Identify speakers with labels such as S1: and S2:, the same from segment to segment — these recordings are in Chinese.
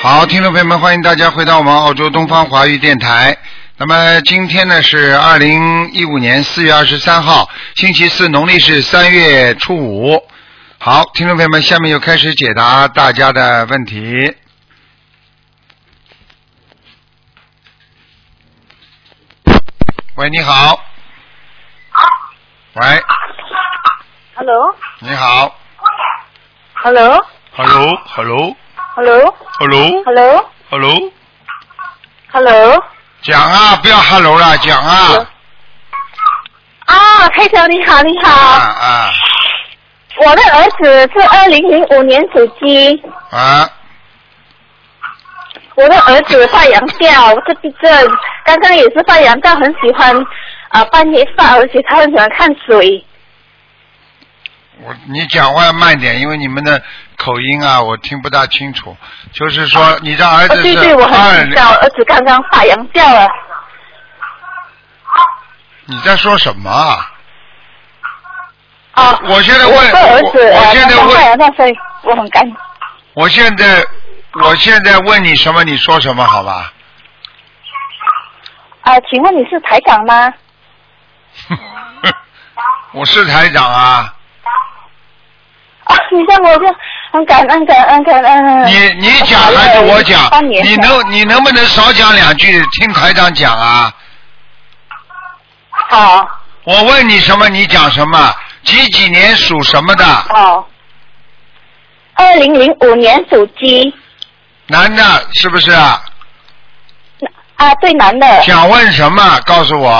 S1: 好，听众朋友们，欢迎大家回到我们澳洲东方华语电台。那么今天呢是二零一五年四月二十三号，星期四，农历是三月初五。好，听众朋友们，下面就开始解答大家的问题。喂，你好。喂，
S2: Hello，Hello，Hello，
S1: 你好。Hello，Hello，Hello，Hello，
S2: Hello，Hello，
S1: 讲啊，不要 Hello 了，讲啊。
S2: 啊，佩乔你好，你
S1: 啊
S2: 好，
S1: 啊
S2: 我的儿子是二零零五年属鸡，
S1: 啊！
S2: 我的儿子发羊吊，这地震，刚刚也是发羊吊，很喜欢啊、半夜发，而且他很喜欢看水。
S1: 我你讲话慢点，因为你们的口音啊，我听不大清楚。就是说，你这儿
S2: 哦，
S1: 子
S2: 对
S1: 哎是
S2: 对，我很知道，
S1: 二，
S2: 儿子刚刚发羊吊啊了。
S1: 你在说什么啊？
S2: 啊，
S1: 我现在问
S2: 我的儿子，
S1: 我我
S2: 呃
S1: 现在
S2: 刚刚
S1: 问
S2: 发羊吊，所以我很干。
S1: 我现在我现在问你什么，你说什么，好吧？
S2: 啊、请问你是台长吗？
S1: 我是台长啊，
S2: 啊， 你像我这很感恩感恩感恩。
S1: 你你讲还是我讲？
S2: 帮你
S1: 你能你能不能少讲两句，听台长讲啊？
S2: 好
S1: 我问你什么，你讲什么？几几年属什么的？
S2: 好。二零零五年属鸡
S1: 男的，是不是啊？
S2: 啊，对男的
S1: 想问什么？告诉我。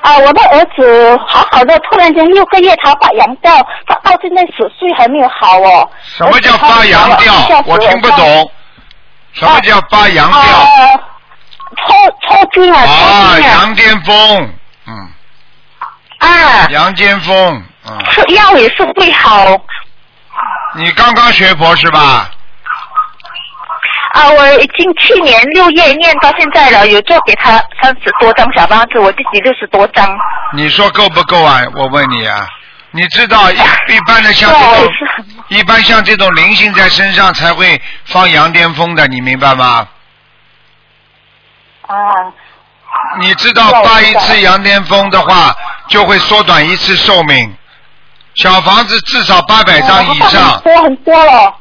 S2: 啊，我的儿子好好的，突然间六个月他发羊吊，他到现在十岁还没有好哦。
S1: 什么叫发羊吊？我听不懂。什么叫发羊
S2: 啊
S1: 吊？，
S2: 抽抽筋啊，
S1: 啊，
S2: 抽筋啊
S1: 羊癫疯，嗯，
S2: 啊，
S1: 羊癫疯，嗯，
S2: 吃药也是不好
S1: 你刚刚学佛是吧？
S2: 啊，我已经去年六月念到现在了，有做给他三十多张小房子，我自己六十多张。
S1: 你说够不够啊？我问你啊，你知道一一般的像
S2: 对
S1: 这
S2: 我
S1: 种
S2: 也，是很
S1: 一般像这种灵性在身上才会放羊癫疯的，你明白吗？
S2: 啊
S1: 你知道发一次羊癫疯的话，就会缩短一次寿命。小房子至少八百张以上，
S2: 多哦很多了。嗯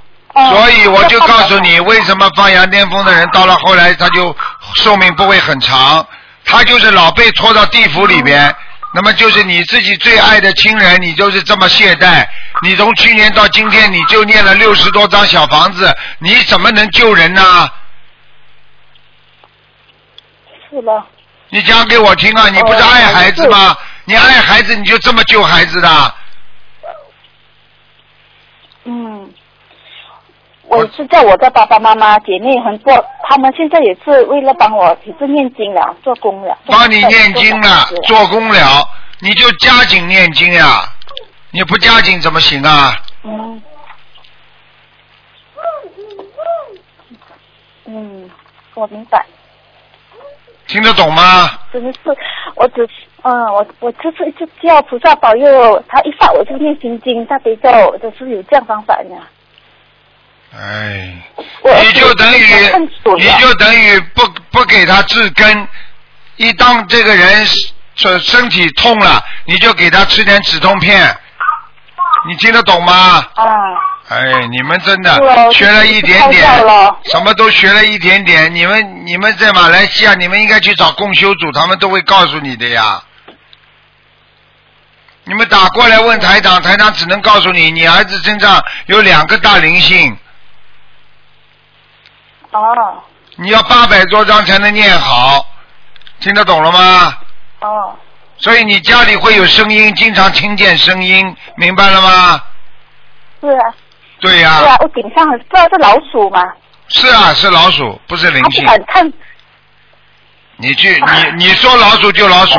S1: 所以我就告诉你，为什么发羊癫疯的人到了后来他就寿命不会很长，他就是老被拖到地府里边。那么就是你自己最爱的亲人，你就是这么懈怠。你从去年到今天，你就念了六十多张小房子，你怎么能救人呢？
S2: 是了，
S1: 你讲给我听
S2: 哦
S1: 啊！你不是爱孩子吗？你爱孩子，你就这么救孩子的？
S2: 嗯，我是叫我的爸爸妈妈姐妹很多，他们现在也是为了帮我，也是念经了，做工了，
S1: 帮你念经了，做工了，你就加紧念经呀、你不加紧怎么行啊？
S2: 嗯嗯，我明白。
S1: 听得懂吗？
S2: 真的是，我只嗯，我我就是就叫菩萨保佑，他一发我就念心经，大悲咒，就是有这样方法的。
S1: 哎，
S2: 我儿子
S1: 你就等于
S2: 已经看死我了
S1: 你就等于不不给他治根，一当这个人是身身体痛了，你就给他吃点止痛片，你听得懂吗？
S2: 啊，
S1: 哎，你们真的
S2: 是哦
S1: 学了一点点
S2: 太好了，
S1: 什么都学了一点点。你们你们在马来西亚，你们应该去找共修组，他们都会告诉你的呀。你们打过来问台
S2: 嗯
S1: 长，台长只能告诉你，你儿子身上有两个大灵性，
S2: 哦
S1: 你要八百多张才能念好，听得懂了吗？
S2: 哦，
S1: 所以你家里会有声音，经常听见声音，明白了吗？
S2: 是啊，
S1: 对呀、
S2: 是啊，我顶上很知道是老鼠嘛，
S1: 是啊，是老鼠，不是灵
S2: 他不
S1: 性。
S2: 敢看，
S1: 你去，你你说老鼠就老鼠，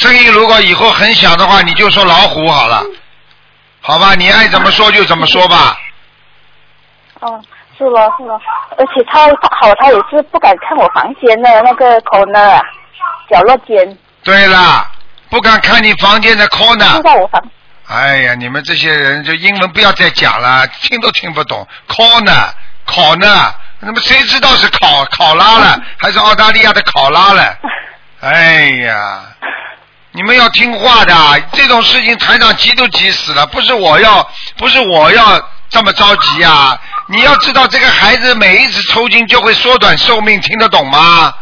S1: 声音如果以后很响的话，你就说老虎好了，好吧？你爱怎么说就怎么说吧。
S2: 哦，是了是了，而且他发好，他也是不敢看我房间的那个口呢，角落间，
S1: 对啦，不敢看你房间的 corner
S2: 住。到我房，
S1: 哎呀，你们这些人就英文不要再讲了，听都听不懂 corner 考呢，那么谁知道是考考拉了，还是澳大利亚的考拉了？哎呀，你们要听话的，啊这种事情台长急都急死了，不是我要，不是我要这么着急啊！你要知道，这个孩子每一次抽筋就会缩短寿命，听得懂吗？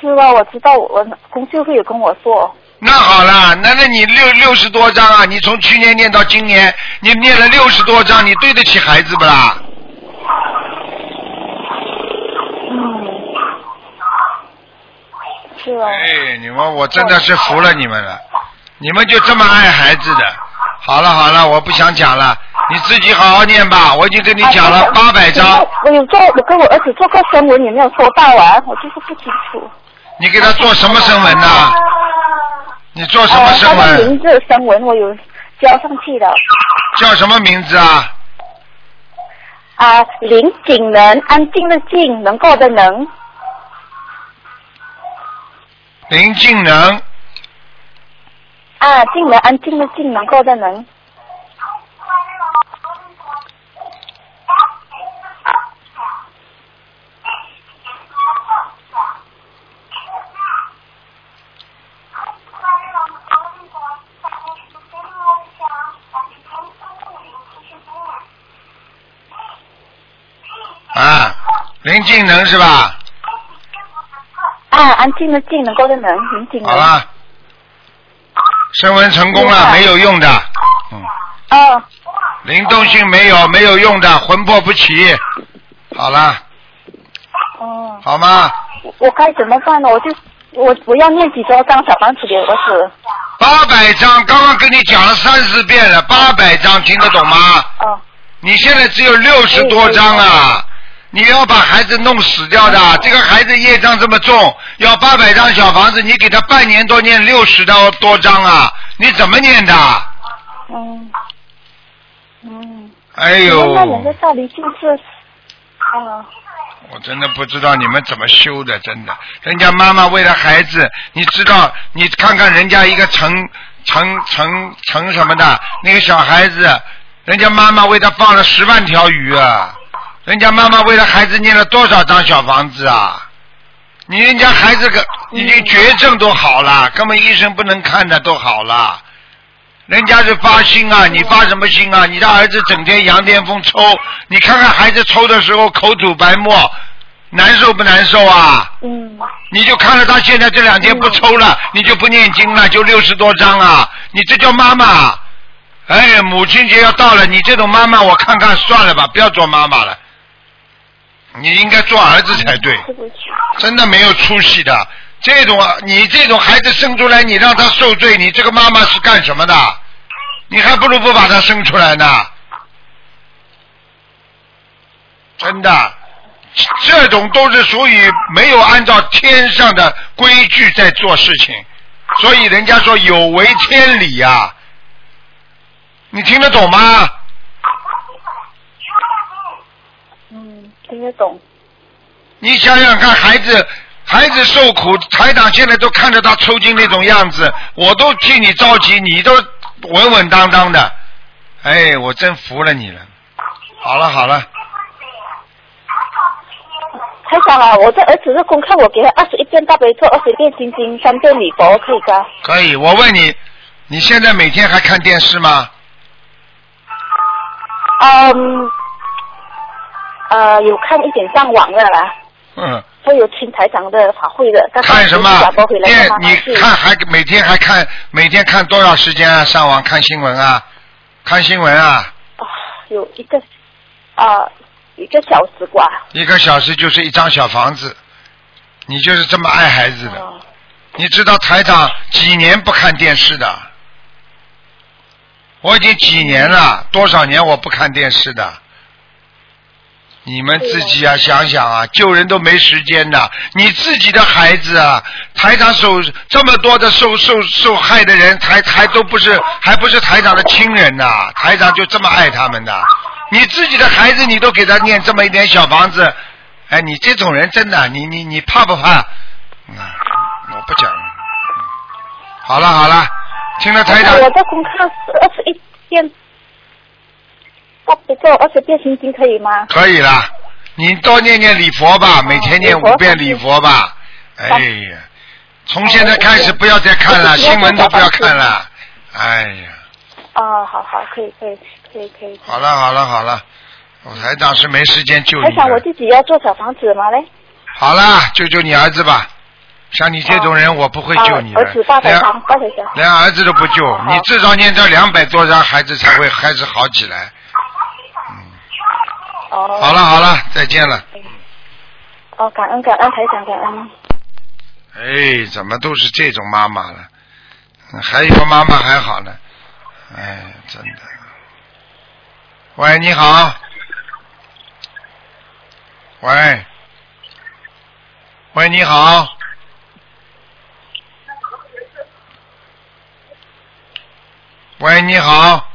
S2: 是啊，我知道，我工作会有跟我说，
S1: 那好了，那那你六六十多张啊，你从去年念到今年，你念了六十多张，你对得起孩子不啦？
S2: 嗯，是啊，
S1: 哎，你们我真的是服了你们了，你们就这么爱孩子的。好了好了，我不想讲了，你自己好好念吧。我已经跟你讲了
S2: 啊
S1: 八百张，。
S2: 我有做，我跟我儿子做过声纹，也没有收到啊，我就是不清楚。
S1: 你给他做什么声纹呢、你做什么
S2: 呃
S1: 声
S2: 他的
S1: 纹
S2: 名？字声纹我有交上去了
S1: 叫什么名字啊？
S2: 啊，林景能，安静的静，能够的能，
S1: 林静能，
S2: 啊，静能，安静的静，能够的能，
S1: 啊，林静能是吧？
S2: 啊，安静的静，能够的能，林景能。
S1: 好了，声纹成功了，没有用的。嗯。
S2: 哦，
S1: 灵动性没有，没有用的，魂魄不齐。好了，
S2: 哦，
S1: 好吗？
S2: 我我该怎么办呢？我就我我要念几多张小房子给儿子？
S1: 八百张，刚刚跟你讲了三四遍了，八百张听得懂吗？
S2: 哦，
S1: 你现在只有六十多张啊！你要把孩子弄死掉的，这个孩子业障这么重，要八百张小房子，你给他半年多念六十多多张啊，你怎么念的？
S2: 嗯，嗯，
S1: 哎
S2: 那
S1: 呦，
S2: 那两个道理就是，啊，
S1: 我真的不知道你们怎么修的，真的。人家妈妈为了孩子，你知道，你看看人家一个成成成成什么的那个小孩子，人家妈妈为他放了十万条鱼啊，人家妈妈为了孩子念了多少张小房子啊？你人家孩子个已经绝症都好了，根本医生不能看的都好了。人家是发心啊，你发什么心啊？你的儿子整天羊癫疯抽，你看看孩子抽的时候口吐白沫，难受不难受啊？
S2: 嗯，
S1: 你就看着他现在这两天不抽了，你就不念经了，就六十多张啊！你这叫妈妈？哎，母亲节要到了，你这种妈妈，我看看算了吧，不要做妈妈了。你应该做儿子才对。
S2: 对不起。
S1: 真的没有出息的。这种啊，你这种孩子生出来，你让他受罪，你这个妈妈是干什么的？你还不如不把他生出来呢。真的，这这种都是属于没有按照天上的规矩在做事情，所以人家说有违天理呀、你听得懂吗？
S2: 嗯，听得懂。
S1: 你想想看，孩子，孩子受苦，台长现在都看着他抽筋那种样子，我都替你着急，你都稳稳当当的，哎，我真服了你了。好了好了，
S2: 台长啊，我这儿子的功课我给他二十一遍大悲咒，二十一遍心经，三遍礼佛，可以噶？
S1: 可以。我问你，你现在每天还看电视吗？
S2: 嗯，呃，有看一点上网的啦，
S1: 嗯，
S2: 都有听台长的法会的。刚才
S1: 看什
S2: 打
S1: 么
S2: 播回？来
S1: 电
S2: 的妈妈
S1: 你
S2: 是
S1: 看还每天还看每天看多少时间啊？上网看新闻啊？看新闻啊？
S2: 啊有一个啊、一个小时瓜。
S1: 一个小时就是一张小房子，你就是这么爱孩子的。
S2: 哦
S1: 你知道台长几年不看电视的？我已经几年了，多少年我不看电视的？你们自己啊，想想啊，救人都没时间的。你自己的孩子啊，台长手这么多的受受受害的人，台台都不是，还不是台长的亲人呐、台长就这么爱他们的。你自己的孩子，你都给他念这么一点小房子，哎，你这种人真的，你你你怕不怕？嗯，我不讲了。嗯好了好了，听了台长
S2: 我的功课是二十一遍大悲咒二十遍心经可以吗？
S1: 可以啦，你多念念礼佛吧，每天念五遍礼佛吧。哎呀，从现在开始不要再看了，新闻都不要看了。哎呀，
S2: 哦，好好，可以可以可以可以。
S1: 好了好了好了，我台长是没时间救
S2: 还
S1: 你
S2: 想我
S1: 的。
S2: 自己要做小房子吗嘞？
S1: 好啦，救救你儿子吧。像你这种人，我不会救你的。
S2: 啊儿子八百
S1: 连
S2: 张，八百张。
S1: 连儿子都不救，你至少念到两百多张，孩子才会开始好起来。
S2: 哦。
S1: 好了好了，再见了。
S2: 哦，感恩感恩台长感恩。
S1: 哎，怎么都是这种妈妈了？还有一个妈妈还好呢，哎，真的。喂，你好。喂，喂，你好。喂，你好。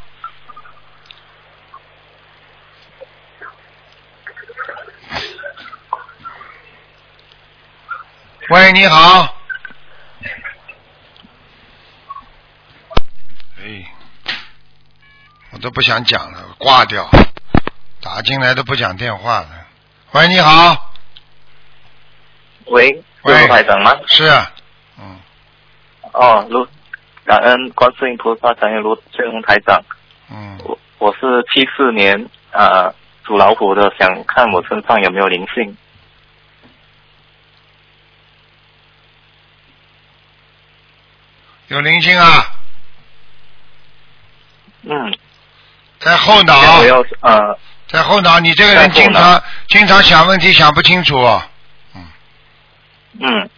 S1: 喂，你好。哎，我都不想讲了，挂掉。打进来都不讲电话了。喂，你好，
S3: 喂，
S1: 喂
S3: 是卢台长吗？
S1: 是，嗯，
S3: 哦，卢，感恩观世音菩萨，感恩卢翠红台长。
S1: 嗯，
S3: 我我是七四年啊、呃属老虎的，想看我身上有没有灵性。
S1: 有灵性啊，
S3: 嗯，
S1: 在后脑，
S3: 我要呃，
S1: 在后脑，你这个人
S3: 在后
S1: 经
S3: 脑
S1: 常经常想问题想不清楚，
S3: 嗯，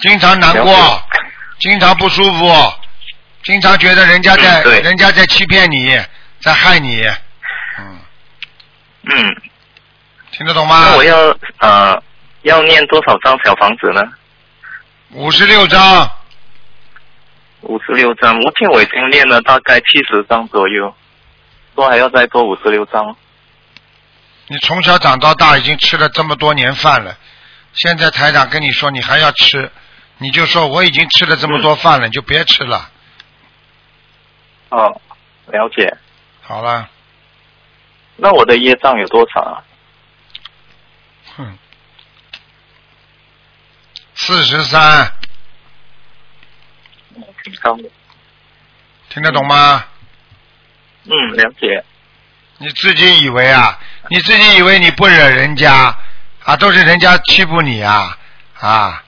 S1: 经常难
S3: 了
S1: 过，经常不舒服，经常觉得人家在、
S3: 嗯对
S1: 人家在欺骗你，在害你，嗯，
S3: 嗯，
S1: 听得懂吗
S3: 那？我要呃，要念多少张小房子呢？
S1: 五十六章，
S3: 五十六张，目前我已经练了大概七十张左右，说还要再多五十六张。
S1: 你从小长到大已经吃了这么多年饭了，现在台长跟你说你还要吃，你就说我已经吃了这么多饭了，你就别吃了，
S3: 哦，了解。
S1: 好了，
S3: 那我的业障有多少啊？
S1: 哼，四十三，
S3: 挺高的。
S1: 听得懂吗？
S3: 嗯，了解。
S1: 你自己以为啊，你自己以为你不惹人家啊，都是人家欺负你啊啊！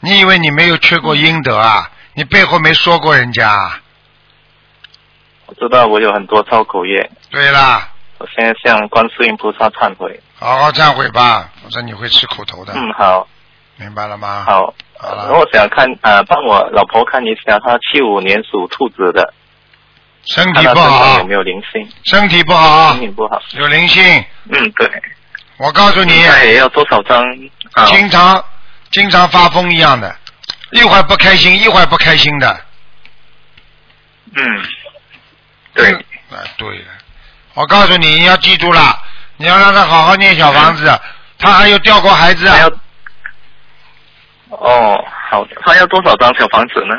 S1: 你以为你没有缺过阴德啊？你背后没说过人家啊？
S3: 我知道我有很多造口业，
S1: 对啦，
S3: 我现在向观世音菩萨忏悔。
S1: 好好忏悔吧，否则你会吃苦头的，
S3: 嗯，好，
S1: 明白了吗？，
S3: 好。
S1: 啊好了
S3: 然后我想看呃，帮我老婆看一下，她七五年属兔子的，
S1: 身
S3: 看
S1: 体
S3: 她
S1: 不
S3: 身上
S1: 好
S3: 有，没有灵性，
S1: 身体不好
S3: 心，情不好。
S1: 有灵性。
S3: 嗯，对。
S1: 我告诉你，
S3: 那也要多少张？啊，
S1: 经常经常发疯一样的，一会儿不开心，一会儿不开心的。
S3: 嗯，对，
S1: 嗯啊，对了，我告诉你，你要记住了，你要让他好好念小房子，他还有掉过孩子，
S3: 嗯还要。哦，好，她要多少张小房子呢？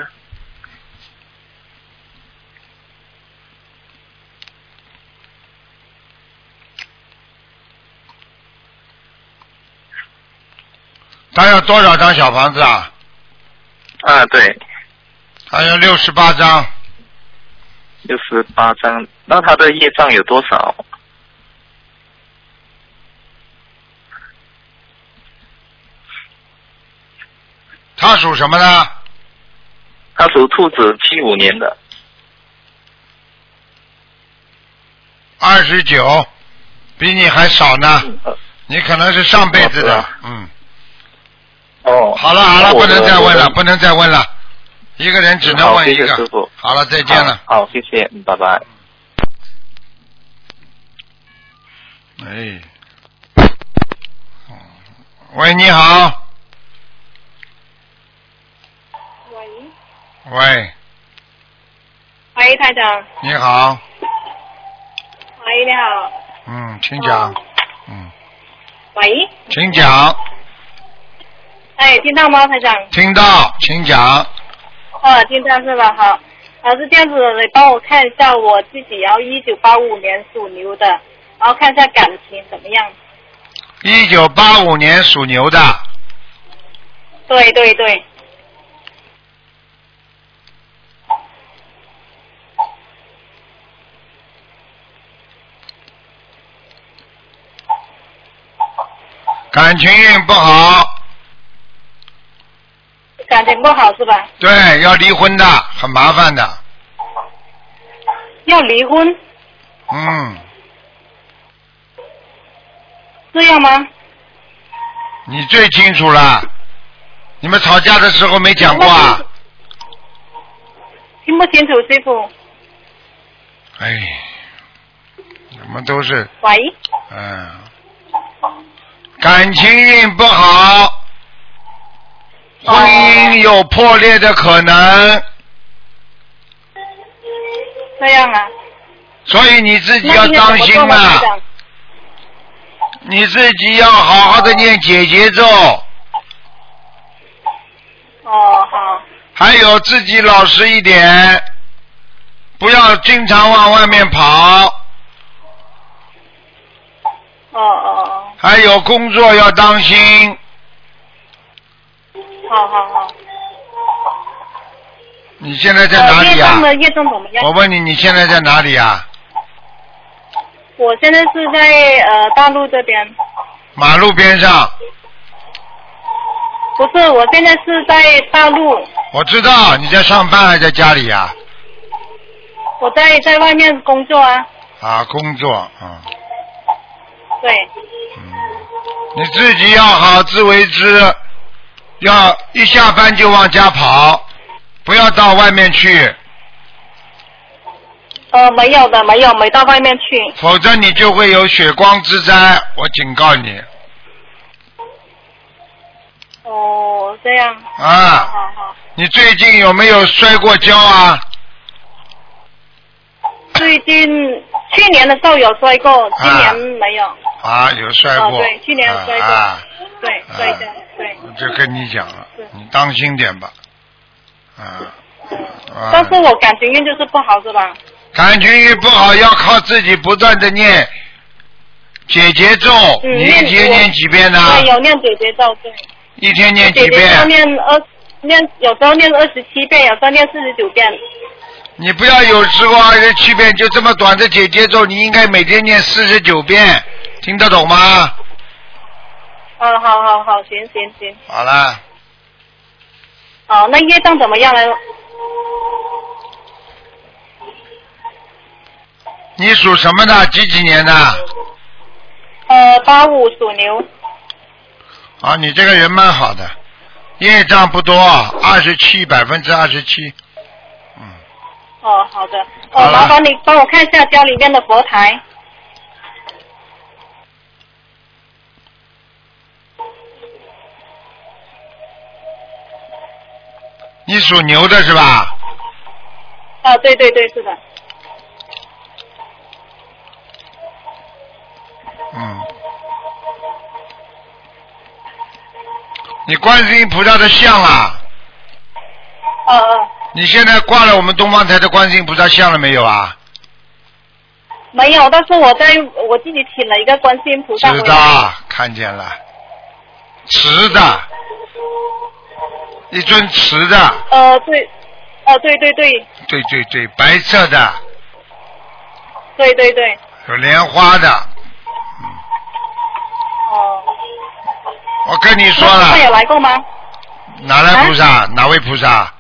S1: 他要多少张小房子啊？
S3: 啊，对，
S1: 他要六十八张，
S3: 六十八张。那她的业障有多少？
S1: 他属什么呢？
S3: 她属兔子，七五年的。
S1: 二十九，比你还少呢，
S3: 嗯呃
S1: 你可能是上辈子
S3: 我
S1: 的
S3: 知道，
S1: 嗯。
S3: 哦，
S1: 好了好了，
S3: 那我
S1: 不能
S3: 的
S1: 再问
S3: 我
S1: 了，
S3: 的
S1: 不能再问了，一个人只能
S3: 好
S1: 问一
S3: 谢谢师
S1: 个
S3: 傅。
S1: 好了，再见了。
S3: 好。好，谢谢，嗯拜拜。
S1: 哎，喂，你好。
S4: 喂，
S1: 喂，
S4: 喂，台长，
S1: 你好。
S4: 喂，你好，
S1: 嗯，请讲。
S4: 哦
S1: 嗯，
S4: 喂，
S1: 请讲。
S4: 哎，听到吗，台长？
S1: 听到，请讲。
S4: 哦，听到是吧？好，嗯、
S5: 呃，是这样子的，你帮我看一下我自己，然后一九八五年属牛的，然后看一下感情怎么样。
S1: 一九八五年属牛的，
S5: 对对对，
S1: 感情运不好，
S5: 感情不好是吧？
S1: 对，要离婚的，很麻烦的。
S5: 要离婚
S1: 嗯，
S5: 这样吗？
S1: 你最清楚了。你们吵架的时候没讲过啊？
S5: 听不清楚，师傅。
S1: 哎，你们都是
S5: 喂，
S1: 嗯，感情运不好，
S5: 哦
S1: 婚姻有破裂的可能，
S5: 这样啊？
S1: 所以你自己
S5: 那
S1: 要
S5: 应该
S1: 当
S5: 怎么
S1: 心
S5: 做呢
S1: 了
S5: 台，长
S1: 你自己要好好的念姐姐咒，
S5: 哦，好，
S1: 还有自己老实一点，不要经常往外面跑，
S5: 哦哦
S1: 还有工作要当心，
S5: 哦，好好好。
S1: 你现在在
S5: 呃
S1: 哪里
S5: 业
S1: 啊
S5: 障？的业障怎么样
S1: 我？问你，你现在在哪里啊？
S5: 我现在是在呃大陆这边，
S1: 马路边上，
S5: 不是，我现在是在大陆，
S1: 我知道你在上班还在家里啊呀、
S5: 我在在外面工作啊。
S1: 啊，工作，嗯，
S5: 对，
S1: 你自己要好自为之，要一下班就往家跑，不要到外面去，
S5: 呃，没有的，没有，没到外面去。
S1: 否则你就会有血光之灾。我警告你
S5: 哦，这样，好
S1: 啊！
S5: 好好。
S1: 你最近有没有摔过跤啊？
S5: 最近去年的时候有摔过，今
S1: 啊
S5: 年没有。
S1: 啊，有摔
S5: 哦
S1: 过。
S5: 对去年摔过
S1: 啊，
S5: 对
S1: 啊
S5: 对对对。
S1: 我就跟你讲了
S5: 是，
S1: 你当心点吧。啊啊！
S5: 但是我感情运就是不好，是吧？
S1: 感情运不好，要靠自己不断的念解结咒，
S5: 嗯
S1: 你
S5: 念
S1: 一天
S5: 我
S1: 念几遍呢？
S5: 对，有念姐姐咒，对。
S1: 一天念
S5: 姐
S1: 几
S5: 姐咒
S1: 遍？
S5: 念二，念有时候念二十七遍，有时候念四十九遍。
S1: 你不要有时候二十七遍，就这么短的解结咒，你应该每天念四十九遍，听得懂吗？
S5: 哦，好好好，行行行，
S1: 好了，
S5: 好，啊那业障怎么样了？
S1: 你属什么的？几几年的？
S5: 呃，八五属牛，
S1: 啊，你这个人蛮好的，业障不多，二十七百分之二十七。嗯，
S5: 哦，好的，
S1: 好
S5: 哦，
S1: 了
S5: 麻烦你帮我看一下家里面的佛台，
S1: 你属牛的是吧？
S5: 啊，对对对，是的，
S1: 嗯。你观世音菩萨的像啊，
S5: 哦哦，
S1: 你现在挂了我们东方台的观世音菩萨像了没有啊？
S5: 没有，但是我在我自己请了一个观世音菩萨
S1: 知
S5: 回来，
S1: 道，看见了，瓷的，一尊瓷的，
S5: 呃，对，哦，对对对
S1: 对对对，白色的，
S5: 对对对，
S1: 有莲花的。
S5: 哦，
S1: 我跟你说
S5: 那他有
S1: 了，
S5: 来过吗？
S1: 哪来菩
S5: 哎
S1: 萨？哪位菩萨？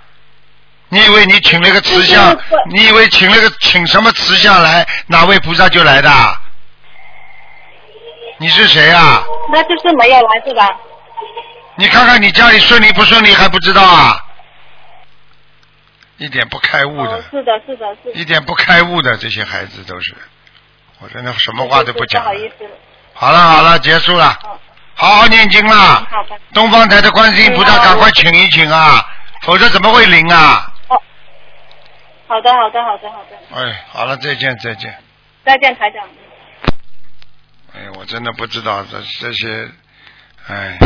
S1: 你以为你请了个瓷像
S5: 就是我？
S1: 你以为请了个请什么瓷像来？哪位菩萨就来的？你是谁啊？
S5: 那就是没有来是吧？
S1: 你看看你家里顺利不顺利还不知道啊？一点不开悟的。
S5: 哦，是的，是的，是的
S1: 一点不开悟的这些孩子都是，我真的什么话都不讲
S5: 不好意
S1: 了。
S5: 思了，
S1: 好了好了，结束了，
S5: 哦，
S1: 好好念经啦
S5: 嗯。好的，
S1: 东方台的观世音菩萨，
S5: 嗯
S1: 赶快请一请啊，否则怎么会灵啊？
S5: 好的，好的，好的，好的，
S1: 哎，好了，再见再见。
S5: 再见，台长。
S1: 哎，我真的不知道这这些，哎。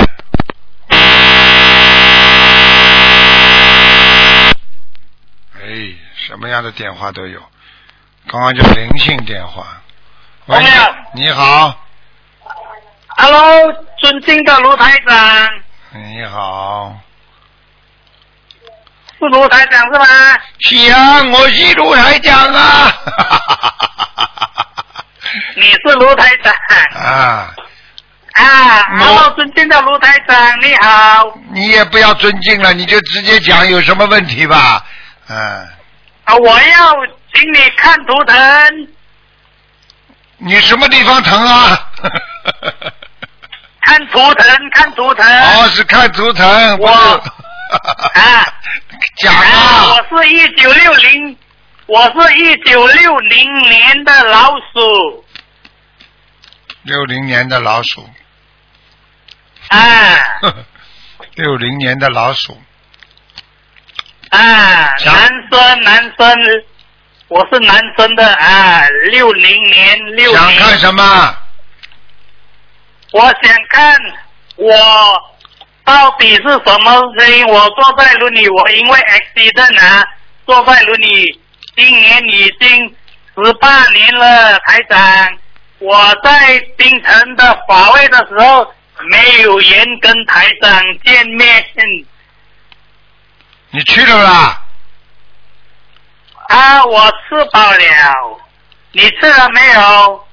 S1: 哎，什么样的电话都有。刚刚就是灵性电话。喂
S6: 喂，
S1: 你好，
S6: Hello，尊敬的卢台长，
S1: 哎你好。
S6: 是卢台长是吗？
S1: 是啊，我是卢台长啊。
S6: 你是卢台长
S1: 啊，
S6: 啊
S1: 嗯
S6: ？Hello，尊敬的卢台长，你好。
S1: 你也不要尊敬了，你就直接讲有什么问题吧。嗯，
S6: 啊，我要请你看图腾，
S1: 你什么地方疼 啊？
S6: 看图腾，看图腾。
S1: 哦，是看图腾，不是
S6: 我。啊，
S1: 讲啊
S6: 啊，，我是一九六零，我是一九六零年的老鼠
S1: 六零年的老鼠，
S6: 啊
S1: 六零年的老鼠，
S6: 啊，
S1: 讲
S6: 男生男生，我是男生的啊，六零年六零。
S1: 想看什么？
S6: 我想看我到底是什么原因？我坐在轮椅，我因为 accident 啊，坐在轮椅，今年已经十八年了，台长。我在槟城的法会的时候，没有缘跟台长见面
S1: 你去了啦？
S6: 啊，我吃饱了，你吃了没有？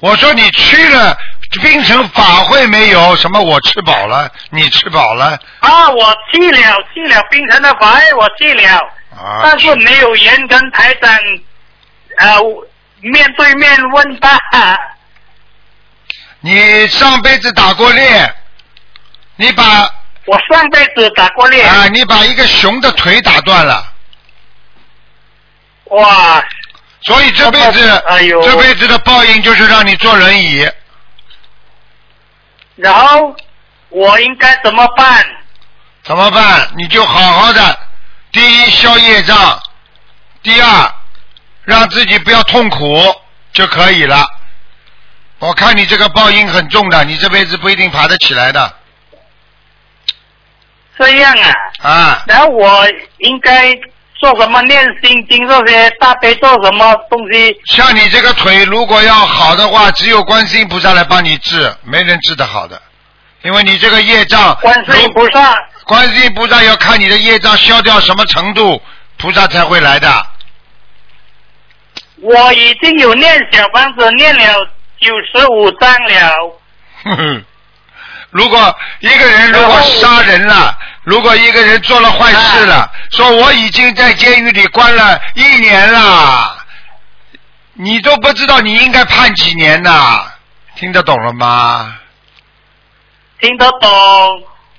S1: 我说你去了，冰城法会没有？什么？我吃饱了，你吃饱了
S6: 啊，我去了，去了槟城的法会，我去了。
S1: 啊？
S6: 但是没有人跟台长呃面对面问吧。
S1: 你上辈子打过猎，你把啊、
S6: 我上辈子打过猎，
S1: 你把一个熊的腿打断了，
S6: 哇，
S1: 所以这辈子、
S6: 哎呦
S1: 这辈子的报应就是让你坐轮椅。
S6: 然后我应该怎么办？
S1: 怎么办？你就好好的，第一消业障，第二让自己不要痛苦就可以了。我看你这个报应很重的，你这辈子不一定爬得起来的
S6: 这样啊，
S1: 啊！
S6: 然后我应该做什么？念心经这些大悲咒什么东西？
S1: 像你这个腿，如果要好的话，只有观世音菩萨来帮你治，没人治得好的，因为你这个业障，
S6: 观世音菩萨
S1: 观世音菩萨要看你的业障消掉什么程度，菩萨才会来的。
S6: 我已经有念小房子，念了九十五章了。
S1: 哼哼，如果一个人如果杀人了，如果一个人做了坏事了，说我已经在监狱里关了一年了，你都不知道你应该判几年呐？听得懂了吗？
S6: 听得懂。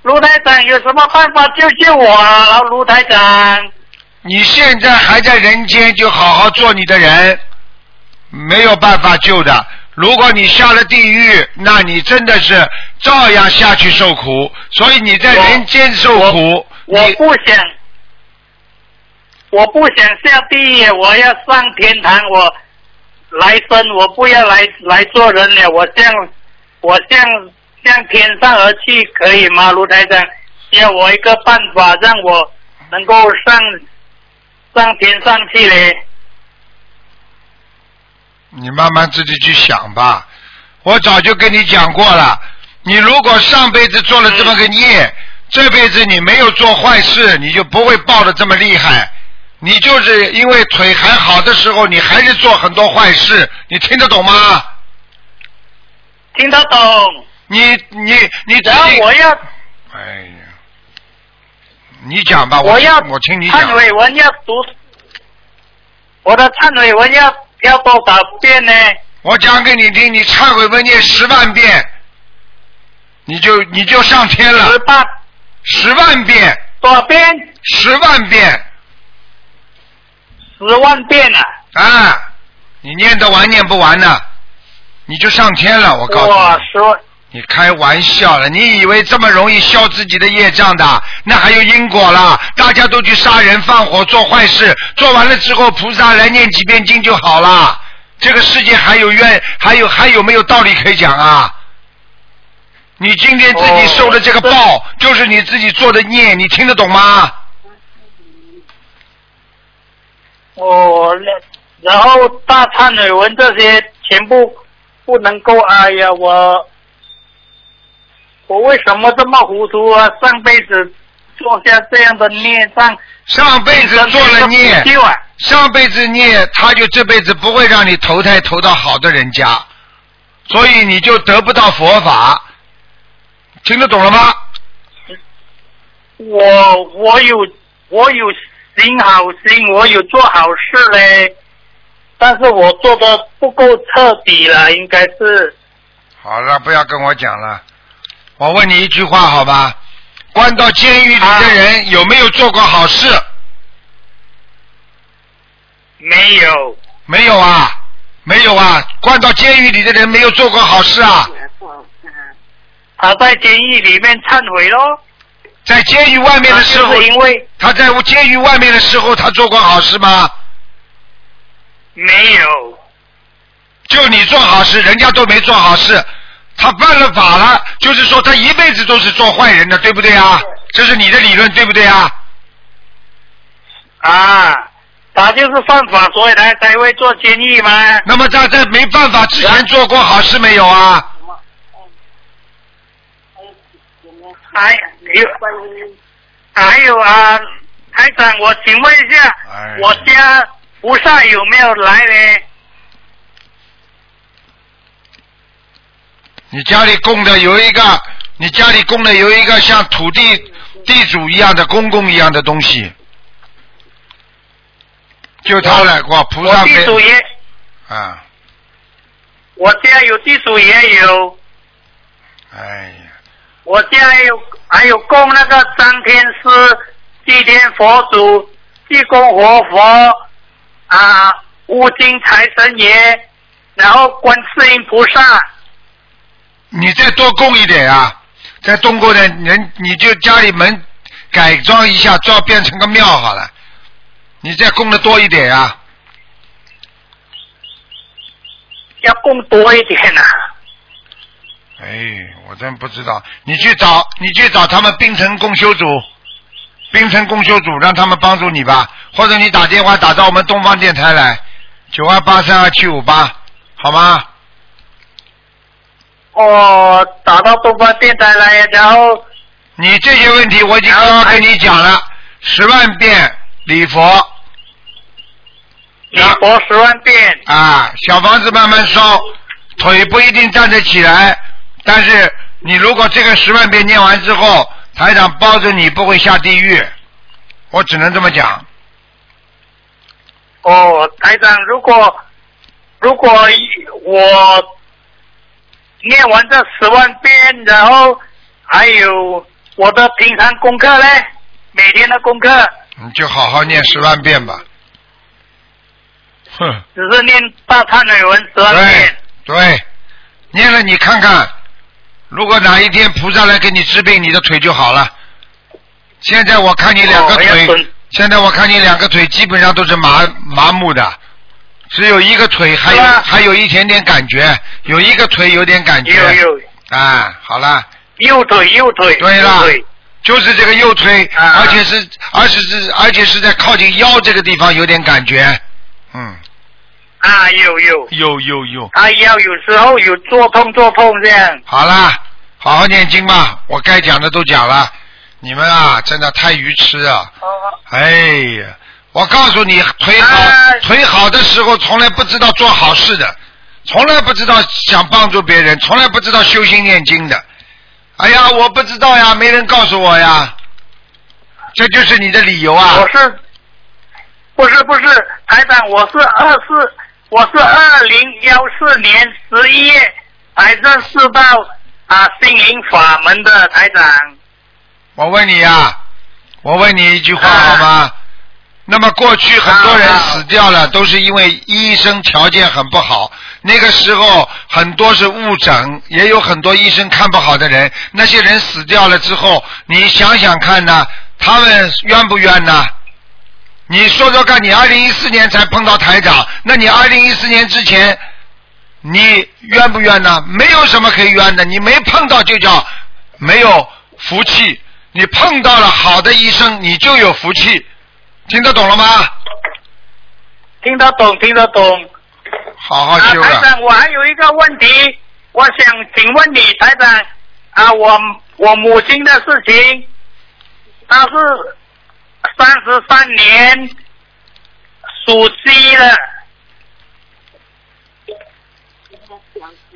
S6: 卢台长有什么办法救救我啊？老卢台长，
S1: 你现在还在人间，就好好做你的人，没有办法救的。如果你下了地狱，那你真的是照样下去受苦。所以你在
S6: 我
S1: 人间受苦，
S6: 我
S1: 你
S6: 不想，我不想下地狱，我要上天堂。我来生我不要来来做人了，我向我向向天上而去，可以吗？卢台长，给我一个办法，让我能够上上天上去嘞。
S1: 你慢慢自己去想吧。我早就跟你讲过了，你如果上辈子做了这么个孽，
S6: 嗯
S1: 这辈子你没有做坏事，你就不会报的这么厉害。你就是因为腿还好的时候，你还是做很多坏事，你听得懂吗？
S6: 听得懂？
S1: 你你你自
S6: 然后
S1: 己，
S6: 我要
S1: 哎呀，你讲吧，我
S6: 我
S1: 听
S6: 要
S1: 我听你讲
S6: 忏，悔文要读，我的忏悔文要要多少遍呢？
S1: 我讲给你听，你忏悔文念十万遍，你就你就上天
S6: 十
S1: 了，
S6: 八
S1: 十万遍。
S6: 多少遍？
S1: 十万遍
S6: 十万遍啊！
S1: 啊！你念得完念不完呢，你就上天了。我告
S6: 哇，
S1: 诉你，
S6: 十万
S1: 你开玩笑了，你以为这么容易消自己的业障的？那还有因果啦！大家都去杀人放火做坏事，做完了之后菩萨来念几遍经就好了。这个世界还有冤，还有还有没有道理可以讲啊？你今天自己
S6: 哦
S1: 受的这个
S6: 对
S1: 报，就是你自己做的孽，你听得懂吗？
S6: 我然后大忏悔文这些全部不能够，哎呀，我我为什么这么糊涂啊？上辈子做下这样的孽障，
S1: 上辈子做了孽，
S6: 就啊，
S1: 上辈子孽，他就这辈子不会让你投胎投到好的人家，所以你就得不到佛法。听得懂了吗？
S6: 我我有我有行好心，我有做好事嘞，但是我做的不够彻底了，应该是
S1: 好了，不要跟我讲了。我问你一句话，好吧？关到监狱里的人、有没有做过好事？
S6: 没有。
S1: 没有啊，没有啊！关到监狱里的人没有做过好事啊，
S6: 他在监狱里面忏悔咯，
S1: 在监狱外面的时候
S6: 啊他就，是因为
S1: 他在监狱外面的时候，他做过好事吗？
S6: 没有。
S1: 就你做好事，人家都没做好事，他犯了法了，就是说他一辈子都是做坏人的，对不对啊？这是你的理论，对不对啊？
S6: 啊，他就是犯法，所以他才会坐监狱吗？
S1: 那么他在没办法之前做过好事没有啊？
S6: 还哎有还有啊，台长，我请问一下，
S1: 哎
S6: 我家菩萨有没有来呢？
S1: 你家里供的有一个，你家里供的有一个像土地地主一样的公公一样的东西，就他来过，菩
S6: 我
S1: 萨
S6: 地
S1: 没
S6: 主爷，
S1: 啊，
S6: 我家有地主也有，
S1: 哎呀，
S6: 我家还有还有供那个张天师、祭天佛祖、济公活佛啊、乌金财神爷，然后观世音菩萨。
S1: 你再多供一点啊，再多供点人，你就家里门改装一下，装变成个庙好了，你再供的多一点啊，
S6: 要供多一点啊。
S1: 哎，我真不知道，你去找你去找他们冰城共修组，冰城共修组让他们帮助你吧，或者你打电话打到我们东方电台来，九二八三二七五八，好吗？
S6: 哦，打到东方电台来，然后
S1: 你这些问题我已经刚刚跟你讲了十万遍礼佛
S6: 礼佛十万遍。
S1: 啊，小房子慢慢烧，腿不一定站得起来，但是你如果这个十万遍念完之后，台长包着你不会下地狱，我只能这么讲。
S6: 哦，台长，如果如果我念完这十万遍，然后还有我的平常功课嘞，每天的功课
S1: 你就好好念十万遍吧。哼，
S6: 只是念大忏悔文十万
S1: 对
S6: 遍。
S1: 对，念了你看看，如果哪一天菩萨来给你治病，你的腿就好了。现在我看你两个
S6: 哦我要
S1: 腿，
S6: 准
S1: 现在我看你两个腿基本上都是麻麻木的，只有一个腿还有
S6: 是吧
S1: 还有一点点感觉，有一个腿有点感觉。
S6: 有有
S1: 啊，好了。
S6: 右腿右腿
S1: 对啦
S6: 右腿
S1: 就是这个右腿，
S6: 啊
S1: 而且是，而且是，而且是在靠近腰这个地方有点感觉，嗯，
S6: 啊有有，
S1: 有有有，
S6: 他腰有时候有做痛做痛这样。
S1: 好啦，好好念经吧，我该讲的都讲了，你们啊，真的太愚痴啊！
S6: 哦
S1: 哎呀，我告诉你，腿好、
S6: 哎
S1: 腿好的时候，从来不知道做好事的，从来不知道想帮助别人，从来不知道修心念经的。哎呀，我不知道呀，没人告诉我呀，这就是你的理由啊！
S6: 我是，不是不是，台长，我是二四，我是二零幺四年十一月才认识到啊心灵法门的台长。
S1: 我问你呀、我问你一句话好
S6: 啊
S1: 吗？那么过去很多人
S6: 啊
S1: 死掉了，都是因为医生条件很不好。那个时候很多是误诊，也有很多医生看不好的人。那些人死掉了之后，你想想看呐，他们冤不冤呐？你说说看，你二零一四年才碰到台长，那你二零一四年之前，你冤不冤呢？没有什么可以冤的，你没碰到就叫没有福气，你碰到了好的医生，你就有福气，听得懂了吗？
S6: 听得懂，听得懂。
S1: 好好
S6: 啊，
S1: 修
S6: 台
S1: 了。
S6: 长，我还有一个问题，我想请问你，台长，啊，我我母亲的事情，她是三十三年属鸡的，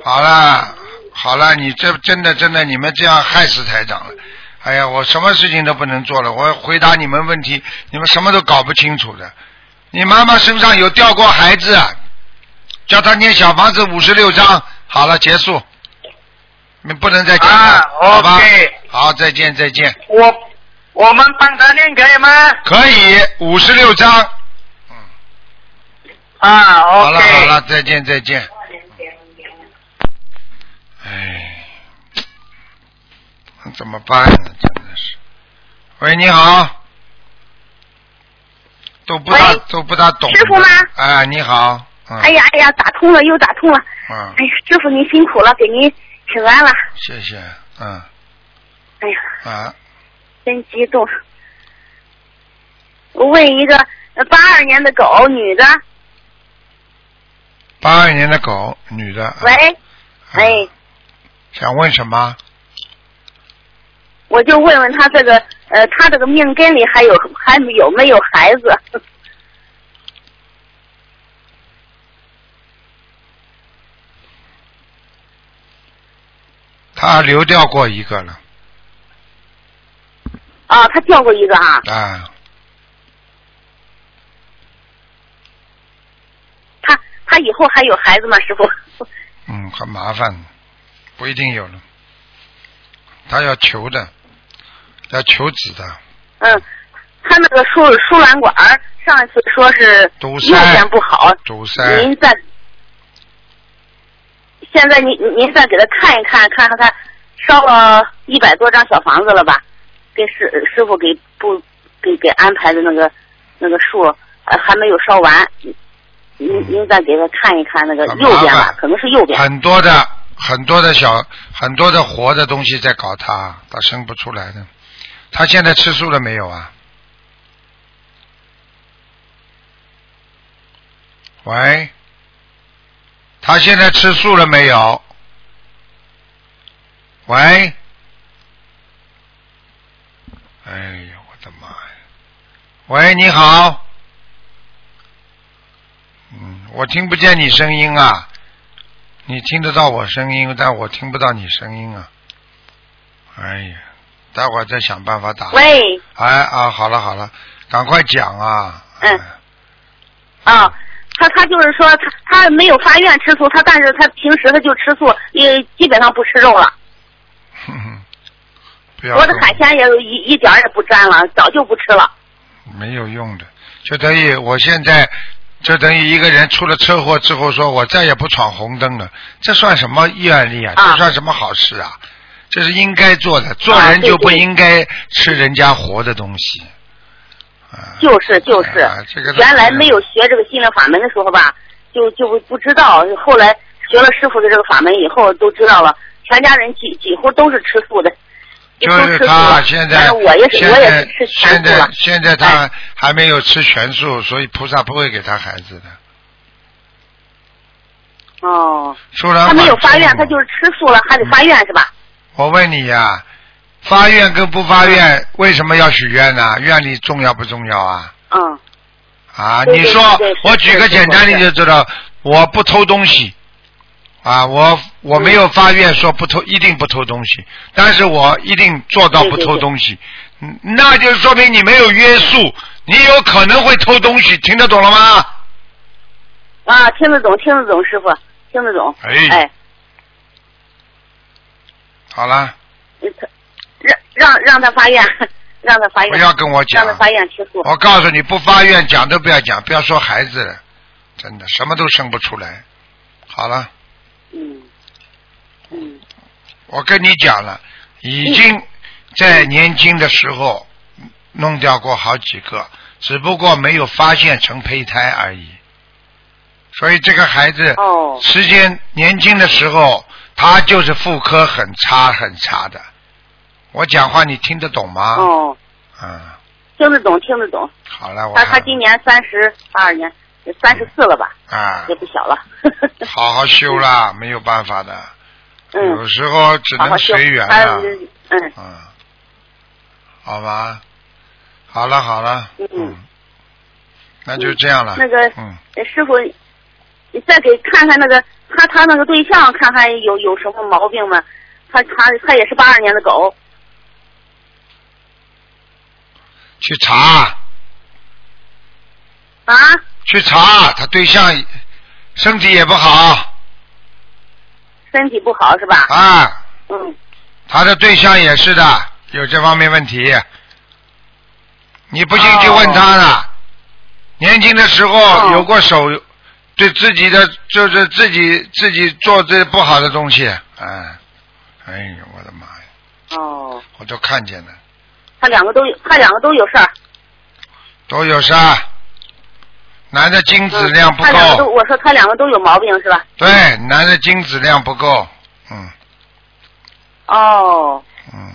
S1: 好了，好了，你这真的真的，你们这样害死台长了。哎呀，我什么事情都不能做了，我回答你们问题，你们什么都搞不清楚的。你妈妈身上有掉过孩子，啊叫她念小房子五十六章。好了，结束，你们不能再讲了，
S6: 啊
S1: 好吧
S6: OK
S1: 好，再见，再见。
S6: 我我们帮她念可以吗？
S1: 可以，五十六章。
S6: 啊
S1: 好了好
S6: ，OK，
S1: 了，再见再见。哎，怎么办呢？真的是。喂，你好。都不大
S7: 喂
S1: 都不大懂。
S7: 师傅吗
S1: 哎，你好。嗯、
S7: 哎呀哎呀，打通了又打通了，
S1: 嗯
S7: 哎，呀，师傅您辛苦了，给您请安了，
S1: 谢谢。嗯
S7: 哎呀，
S1: 啊，
S7: 真激动。我问一个八二年的狗女的，
S1: 八二年的狗，女的。
S7: 喂，
S1: 啊
S7: 哎，
S1: 想问什么？
S7: 我就问问她这个呃，她这个命根里还有还有没有孩子？
S1: 她流掉过一个了
S7: 啊，她掉过一个啊，
S1: 啊，
S7: 她她以后还有孩子吗？师傅？
S1: 嗯，很麻烦，不一定有了。她要求的，要求子的。
S7: 嗯，她那个输输卵管儿上一次说是
S1: 堵塞
S7: 右边不好，
S1: 堵塞
S7: 您再，现在您您再给他看一看，看看他烧了一百多张小房子了吧？给师师傅给布给给安排的那个那个数、呃还没有烧完，您您再给他看一看那个
S1: 嗯很麻
S7: 右边
S1: 烦
S7: 吧，可能是右边。
S1: 很多的很多的小很多的活的东西在搞他，他生不出来的。他现在吃素了没有啊？喂，他现在吃素了没有？喂，哎呦我的妈呀！喂，你好，嗯，我听不见你声音啊。你听得到我声音，但我听不到你声音啊！哎呀，待会儿再想办法打。
S7: 喂，
S1: 哎啊，好了好了，赶快讲啊！
S7: 嗯
S1: 哎
S7: 啊，他他就是说他他没有发愿吃素，他但是他平时他就吃素，也基本上不吃肉了，
S1: 哼哼 不要
S7: 我的
S1: 动
S7: 海鲜也有一一点儿也不沾了，早就不吃了。
S1: 没有用的，就等于我现在，就等于一个人出了车祸之后，说我再也不闯红灯了，这算什么愿力啊？
S7: 啊
S1: 这算什么好事啊？这是应该做的，做人
S7: 对
S1: 就不
S7: 对
S1: 应该吃人家活的东西。啊
S7: 就是就是，
S1: 啊这个
S7: 原来没有学这个心灵法门的时候吧，就就不不知道，后来学了师傅的这个法门以后，都知道了，全家人几几乎都是吃素的，
S1: 就
S7: 都
S1: 是
S7: 吃素
S1: 他
S7: 了。
S1: 现
S7: 但
S1: 在，
S7: 是我也是
S1: 现
S7: 我也
S1: 在
S7: 是吃
S1: 现
S7: 全素
S1: 在
S7: 了。哎
S1: 现在他还没有吃全素，所以菩萨不会给他孩子的。
S7: 哦，
S1: 出了
S7: 他没有发愿，他就是吃素了，还得发愿是吧？
S1: 我问你呀、发愿跟不发愿，为什么要许愿呢、愿力重要不重要啊？
S7: 嗯，
S1: 啊，
S7: 对
S1: 你
S7: 对
S1: 说
S7: 对对，
S1: 我举个
S7: 是是
S1: 简单例
S7: 是
S1: 子就知道，我不偷东西，啊，我
S7: 嗯
S1: 我没有发愿说不偷，一定不偷东西，但是我一定做到
S7: 对
S1: 不
S7: 对
S1: 偷
S7: 对
S1: 东西，嗯那就是说明你没有约束，你有可能会偷东西，听得懂了吗？
S7: 啊，听得懂，听得懂，师傅听得懂。
S1: 哎
S7: 哎，
S1: 好了，
S7: 他让让让他发愿，让他发
S1: 不
S7: 愿，
S1: 要跟我讲哦
S7: 让，他发愿吃素。
S1: 我告诉你，不发愿讲都不要讲，不要说孩子了，真的什么都生不出来。好了，
S7: 嗯嗯，
S1: 我跟你讲了，已经在年轻的时候弄掉过好几个，只不过没有发现成胚胎而已。所以这个孩子
S7: 哦，
S1: 时间年轻的时候，他就是妇科很差很差的。我讲话你听得懂吗？
S7: 哦，
S1: 嗯，
S7: 听得懂，听得懂。
S1: 好了，我
S7: 他
S1: 看
S7: 他今年三十，八二年，
S8: 三十四了吧，
S1: 啊
S8: 也，不小了。
S1: 好好修啦，没有办法的，有
S8: 嗯，
S1: 时候只
S8: 好 好
S1: 能
S8: 修。
S1: 随缘啊
S8: 还
S1: 了
S8: 有，就是嗯，
S1: 嗯，好吧，好了好了，
S8: 嗯
S1: 嗯，那就这样了，
S8: 那个
S1: 嗯，
S8: 呃师傅，你再给看看那个他他那个对象，看看有有什么毛病吗？他他他也是八二年的狗，
S1: 去查
S8: 啊，
S1: 去查，他对象身体也不好
S8: 身体不好是吧？
S1: 啊，
S8: 嗯，
S1: 他的对象也是的，有这方面问题，你不信就问他了。年轻的时候
S8: 哦
S1: 有过手，对自己的就是自己自己做这不好的东西，哎，哎呦我的妈呀，
S8: 哦，
S1: 我都看见了，
S8: 他两个都有，他两个都有事儿。
S1: 都有啥？男的精子量不
S8: 嗯他两个都，
S1: 够，
S8: 我说他两个都有毛病是吧？
S1: 对，男的精子量不够，嗯
S8: 哦，
S1: 嗯，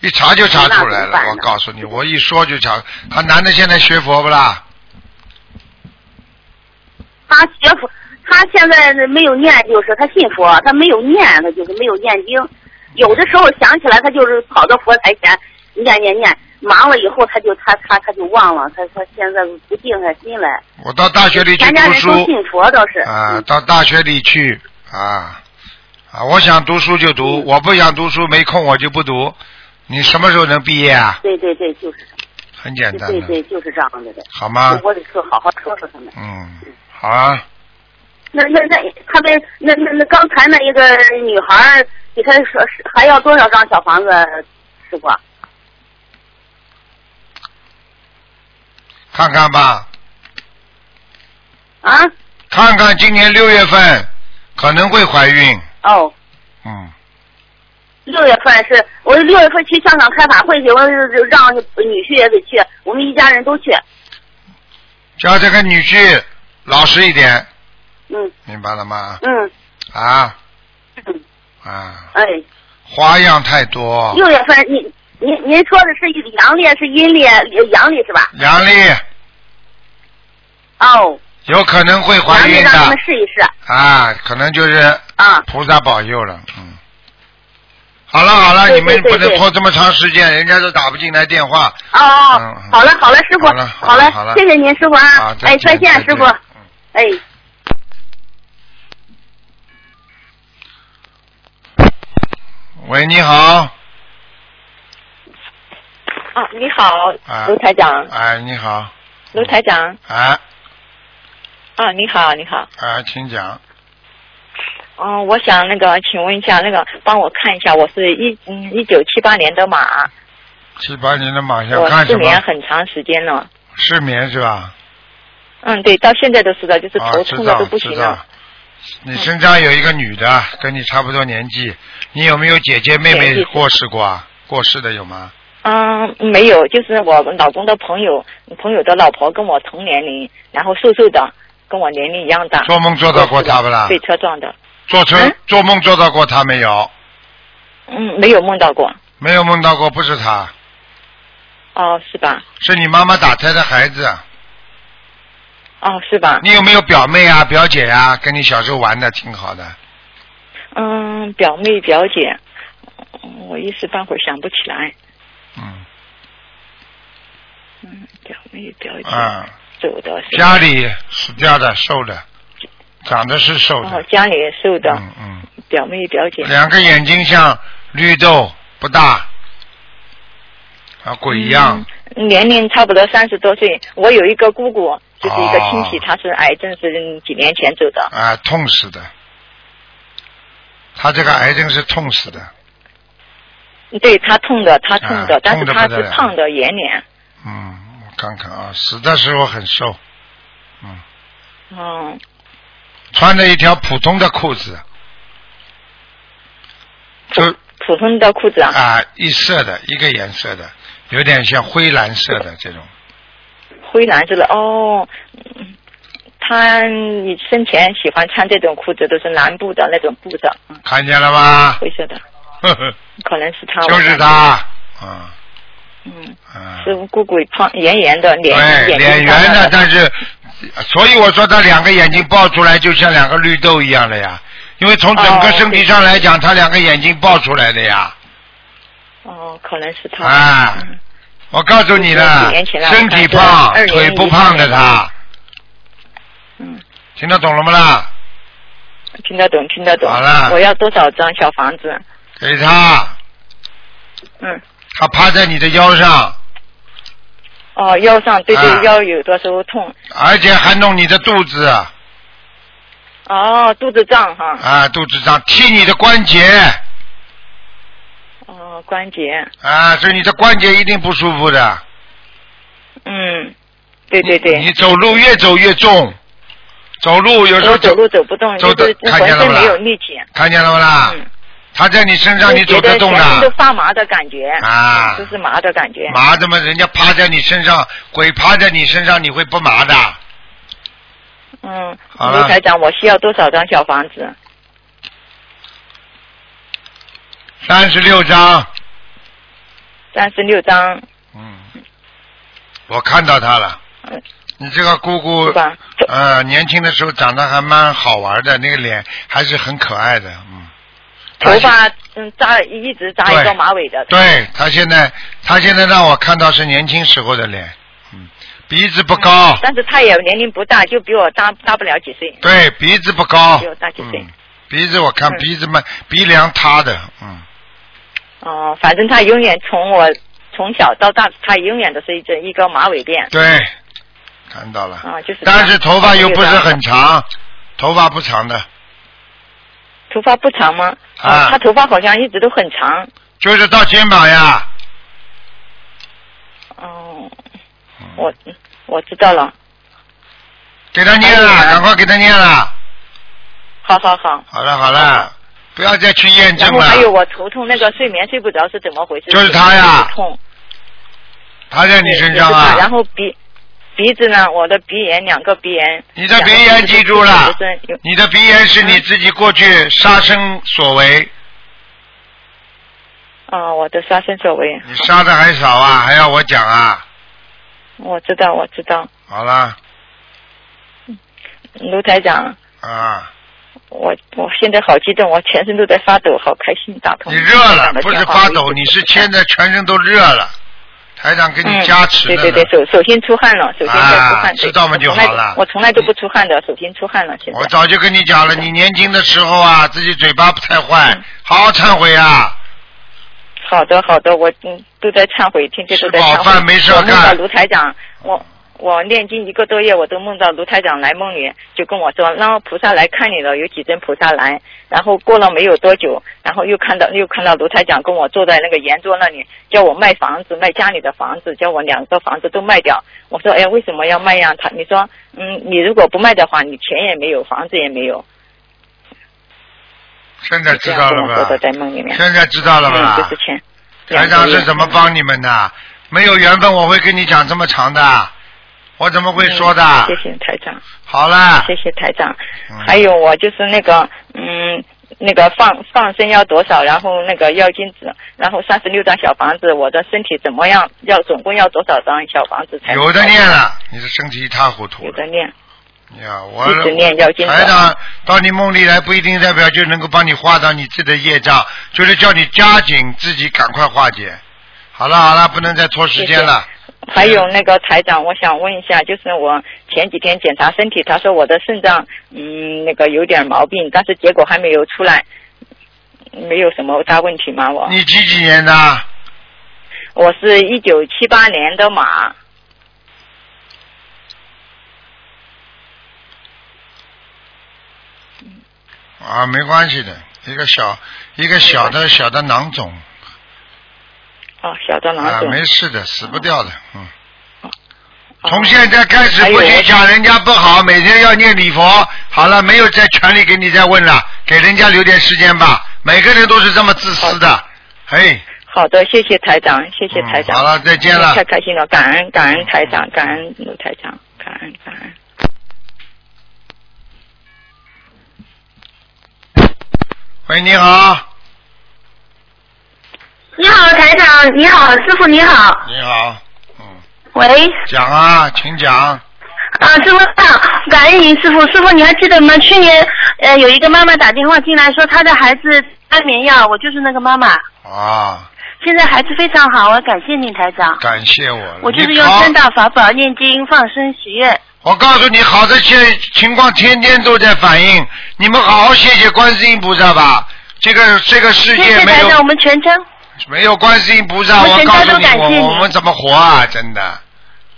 S1: 一查就查出来
S8: 那怎么办
S1: 了，
S8: 呢
S1: 我告诉你，我一说就查。他男的现在学佛不啦？
S8: 他学佛，他现在没有念，就是他信佛，他没有念，他就是没有念经。有的时候想起来，他就是跑到佛台前念念念，忙了以后他就他他他就忘了，他他现在不静下心来。
S1: 我到大学里去
S8: 全家
S1: 读
S8: 人都
S1: 书
S8: 信佛倒是。
S1: 啊，
S8: 嗯
S1: 到大学里去啊啊！我想读书就
S8: 嗯
S1: 读，我不想读书没空我就不读。你什么时候能毕业啊？
S8: 对对对，就是
S1: 很简单
S8: 对
S1: 的，啊
S8: 对就是这样子的。
S1: 好吗？
S8: 我得说好好说说他们。
S1: 嗯，好啊。
S8: 那那那他们那那那刚才那一个女孩儿，给他说是还要多少张小房子，师傅？
S1: 看看吧，
S8: 啊？
S1: 看看今年六月份可能会怀孕。
S8: 哦，
S1: 嗯，
S8: 六月份是我六月份去香港开法会去，我就让女婿也得去，我们一家人都去。
S1: 叫这个女婿老实一点，
S8: 嗯
S1: 明白了吗？
S8: 嗯
S1: 啊
S8: 嗯，
S1: 啊，
S8: 哎，
S1: 花样太多。
S8: 六月份您您您说的是阳历是阴历啊阳历是吧？
S1: 杨丽
S8: 哦，
S1: 有可能会怀
S8: 阳历
S1: 孕
S8: 让他
S1: 的
S8: 们试一试
S1: 啊，可能就是
S8: 啊。
S1: 菩萨保佑了。嗯，好了好了，
S8: 对
S1: 你们
S8: 对对
S1: 不能
S8: 对
S1: 拖这么长时间，人家都打不进来电话。
S8: 哦
S1: 嗯
S8: 哦
S1: 嗯，
S8: 好了好了，师傅
S1: 好了，好了
S8: 了
S1: 好了
S8: 谢谢您师傅
S1: 啊
S8: 啊，，哎，再见
S1: 见
S8: 师傅，
S1: 嗯
S8: 哎。
S1: 喂，你好，
S5: 啊，你好，
S1: 啊
S5: 卢台长，
S1: 哎，你好，
S5: 卢台长，
S1: 哎
S5: 啊，你好，你好，
S1: 哎，请讲。
S5: 嗯，我想那个，请问一下，那个帮我看一下，我是一嗯一九七八年的马，
S1: 七八年的马想
S5: 我
S1: 干
S5: 哦失
S1: 什
S5: 眠
S1: 么？
S5: 很长时间了，
S1: 失眠是吧？
S5: 嗯，对，到现在都是的，就是
S1: 啊，
S5: 头
S1: 知
S5: 痛的
S1: 道
S5: 都不行
S1: 知
S5: 了，
S1: 道。你身上有一个女的，跟你差不多年纪，你有没有姐姐妹妹
S5: 对就是
S1: 过世过啊？过世的有吗？
S5: 嗯，没有，就是我老公的朋友，嗯朋友的老婆跟我同年龄，然后瘦瘦的，跟我年龄一样大，
S1: 做梦做到过她不啦
S5: 被？车撞的，
S1: 做车
S5: 嗯
S1: 做梦做到过她没有？
S5: 嗯，没有梦到过，
S1: 没有梦到过，不是她，
S5: 哦，是吧？
S1: 是你妈妈打胎的孩子。
S5: 哦，是吧？
S1: 你有没有表妹啊、表姐啊？跟你小时候玩的挺好的。
S5: 嗯，表妹表姐，嗯我一时半会儿想不起来。
S1: 嗯
S5: 嗯，表妹表姐
S1: 啊，
S5: 走的是吧
S1: 家里死掉的、瘦的，长得是瘦
S5: 哦
S1: 的。，
S5: 家里也瘦的，
S1: 嗯嗯。
S5: 表妹表姐
S1: 两个眼睛像绿豆，不大，啊鬼一样。
S5: 嗯年龄差不多三十多岁。我有一个姑姑，就是一个亲戚，
S1: 哦
S5: 她是癌症，是几年前走的。
S1: 啊，痛死的。他这个癌症是痛死的，
S5: 对她痛的，她痛的，
S1: 啊
S5: 但是
S1: 痛得不
S5: 她
S1: 得
S5: 是
S1: 了
S5: 胖的圆脸。
S1: 嗯，我看看啊，死的时候很瘦，嗯，
S5: 嗯，
S1: 穿着一条普通的裤子，就
S5: 普通的裤子啊，
S1: 啊一色的，一个颜色的，有点像灰蓝色的这种，
S5: 灰蓝色的。哦，嗯她你生前喜欢穿这种裤子，都是蓝布的那种布的，嗯
S1: 看见了吗？
S5: 灰色的，
S1: 呵呵，
S5: 可能是她。
S1: 就是。他，嗯
S5: 嗯，
S1: 嗯。
S5: 是姑姑胖圆圆的脸，
S1: 对，
S5: 睛
S1: 脸圆
S5: 大大
S1: 的，但是所以我说他两个眼睛爆出来就像两个绿豆一样的呀，因为从整个身体上来讲，他两个眼睛爆出来的呀，
S5: 哦，可能是他。
S1: 啊，我告诉你了
S5: 几年前，了
S1: 身体
S5: 我
S1: 胖
S5: 看是
S1: 腿不胖的他，
S5: 嗯，
S1: 听得懂了吗啦？
S5: 听得懂，听得懂。
S1: 好了
S5: 我要多少张小房子？
S1: 给他，
S5: 嗯，
S1: 他趴在你的腰上，
S5: 哦，腰上对对，
S1: 啊
S5: 腰有的时候痛。
S1: 而且还弄你的肚子
S5: 哦，肚子胀哈。
S1: 啊，肚子上踢你的关节
S5: 哦，关节。
S1: 啊，所以你的关节一定不舒服的。
S5: 嗯，对对对。
S1: 你走路越走越重，走路有时候
S5: 我走路走不动，
S1: 走
S5: 就
S1: 的
S5: 是
S1: 看
S5: 浑
S1: 见了
S5: 身
S1: 吗
S5: 没有力气。
S1: 看见了不啦？
S5: 嗯，
S1: 他在你身上，你走
S5: 就觉
S1: 得
S5: 得
S1: 动
S5: 全身都
S1: 的
S5: 发麻的感觉，
S1: 啊
S5: 就？是麻的感觉。
S1: 麻怎么？人家趴在你身上，鬼趴在你身上，你会不麻的？
S5: 嗯，
S1: 好了
S5: 卢台长，我需要多少张小房子？
S1: 三十六章，
S5: 三十六张，
S1: 嗯，我看到他了
S5: 嗯。
S1: 你这个姑姑
S5: 是，吧？
S1: 呃，年轻的时候长得还蛮好玩的，那个脸还是很可爱的，嗯。
S5: 头
S1: 她现
S5: 发嗯扎一直扎一
S1: 对
S5: 个马尾的，
S1: 对他现在，他现在让我看到是年轻时候的脸，嗯，鼻子不高，
S5: 但是他也年龄不大，就比我大大不了几岁。
S1: 对，鼻子不高
S5: 比我大，几岁
S1: 嗯，鼻子我看
S5: 嗯
S1: 鼻子蛮鼻梁塌的，嗯，
S5: 哦、反正他永远从我从小到大，他永远都是一只一个马尾辫。
S1: 对，看到了，
S5: 啊，就是这嗯样。
S1: 但是头发又不是
S5: 这个
S1: 很长，头发不长的，
S5: 头发不长吗？
S1: 啊
S5: 他头发好像一直都很长。
S1: 就是到肩膀呀，
S5: 哦，我我知道了，
S1: 嗯给他念了，
S5: 哎呀
S1: 赶快给他念了，
S5: 好好好。
S1: 好了好了，不要再去验
S5: 嗯然
S1: 证
S5: 后还有
S1: 了，
S5: 我头痛，那个睡眠睡不着是怎么回事？
S1: 啊就是他呀
S5: 痛。
S1: 他在你
S5: 对
S1: 身
S5: 也
S1: 上
S5: 是他
S1: 啊
S5: 然，后鼻鼻子呢，我的鼻炎两个鼻炎。
S1: 你的鼻炎记住了
S5: 两个鼻子都是有
S1: 你的鼻炎是你自己过去杀生所为，
S5: 啊、我的杀身所为，
S1: 你杀的还少啊，还要我讲啊？
S5: 我知道，我知道。
S1: 好了
S5: 卢台长，
S1: 啊，
S5: 我我现在好激动，我全身都在发抖，好开心，打通
S1: 你热了
S5: 台长的
S1: 不是
S5: 电话
S1: 发
S5: 我
S1: 抖，
S5: 一直
S1: 你
S5: 不
S1: 是
S5: 知道
S1: 现在全身都热了，台长给你加持
S5: 嗯、
S1: 了呢
S5: 对对对，手手心出汗了，手心在出汗。
S1: 啊知道嘛就好了
S5: 对我从来都我从来都不出汗的，手心出汗了，现在。
S1: 我早就跟你讲了，你年轻的时候啊，自己嘴巴不太坏，
S5: 嗯
S1: 好好忏悔啊！
S5: 好的好的，我嗯都在忏悔，天天都在忏
S1: 吃饱
S5: 悔。
S1: 饭没事儿
S5: 我梦到
S1: 干
S5: 卢台长，我我念经一个多月，我都梦到卢台长来梦里就跟我说，让菩萨来看你了，有几尊菩萨来。然后过了没有多久，然后又看到又看到卢台长跟我坐在那个圆桌那里，叫我卖房子，卖家里的房子，叫我两个房子都卖掉。我说，哎呀，为什么要卖呀？他你说，嗯，你如果不卖的话，你钱也没有，房子也没有。
S1: 现在知
S5: 这
S1: 道
S5: 样跟我
S1: 了
S5: 说
S1: 吧？
S5: 的，在梦里面。
S1: 现在知道了
S5: 嗯，
S1: 吧
S5: 就是？钱。
S1: 台长是怎么帮你们的？没有缘分，我会跟你讲这么长的，我怎么会说的
S5: 嗯谢？谢台长。
S1: 好了，
S5: 谢谢台长
S1: 嗯。
S5: 还有我就是那个，嗯，那个放放生要多少，然后那个要金子，然后三十六张小房子，我的身体怎么样？要总共要多少张小房子才？
S1: 有的念，了，你的身体一塌糊涂
S5: 有
S1: 了。
S5: 的念，
S1: 呀，我
S5: 一直念要经者
S1: 台长啊到你梦里来，不一定代表就能够帮你化到你自己的业障，就是叫你加紧自己赶快化解。好了好了，不能再拖时间了。
S5: 还有那个台长，我想问一下，就是我前几天检查身体，他说我的肾脏，嗯，那个有点毛病，但是结果还没有出来，没有什么大问题吗？我
S1: 你几几年的？啊
S5: 我是一九七八年的马，
S1: 啊，没关系的，一个小一个小的小的囊肿
S5: 哦，小的囊
S1: 啊，
S5: 肿。
S1: 没事的，死不掉的。嗯，
S5: 哦
S1: 从现在开始
S5: 还有
S1: 不
S5: 我
S1: 许讲人家不好，每天要念礼佛。好了，没有再权利给你再问了，给人家留点时间吧。每个人都是这么自私的，嘿。
S5: 好的，谢谢台长，谢谢台
S1: 嗯
S5: 长。
S1: 好了再见了
S5: 太开心了，感恩感恩台长，感恩卢台长，感恩感恩。
S1: 喂，你好，
S8: 你好，台长，你好，师傅你好。
S1: 你好，嗯，
S8: 喂，
S1: 讲啊，请讲。
S8: 啊，师傅好，感恩您师傅。师傅，你还记得吗？去年呃有一个妈妈打电话进来说她的孩子安眠药，我就是那个妈妈。
S1: 啊，
S8: 现在孩子非常好，我啊感谢您台长。
S1: 感谢我了。
S8: 我就是
S1: 你
S8: 用
S1: 好
S8: 三大法宝念经、放生、许愿。
S1: 我告诉你，好的些情况天天都在反映。你们好好谢谢观世音菩萨吧，这个这个世
S8: 谢
S1: 界
S8: 谢
S1: 没
S8: 台长，我
S1: 有
S8: 们全家
S1: 没有观世音菩萨，我
S8: 我们全
S1: 告
S8: 家
S1: 诉
S8: 都
S1: 你，
S8: 感谢
S1: 我
S8: 你
S1: 我们怎么活啊？真的，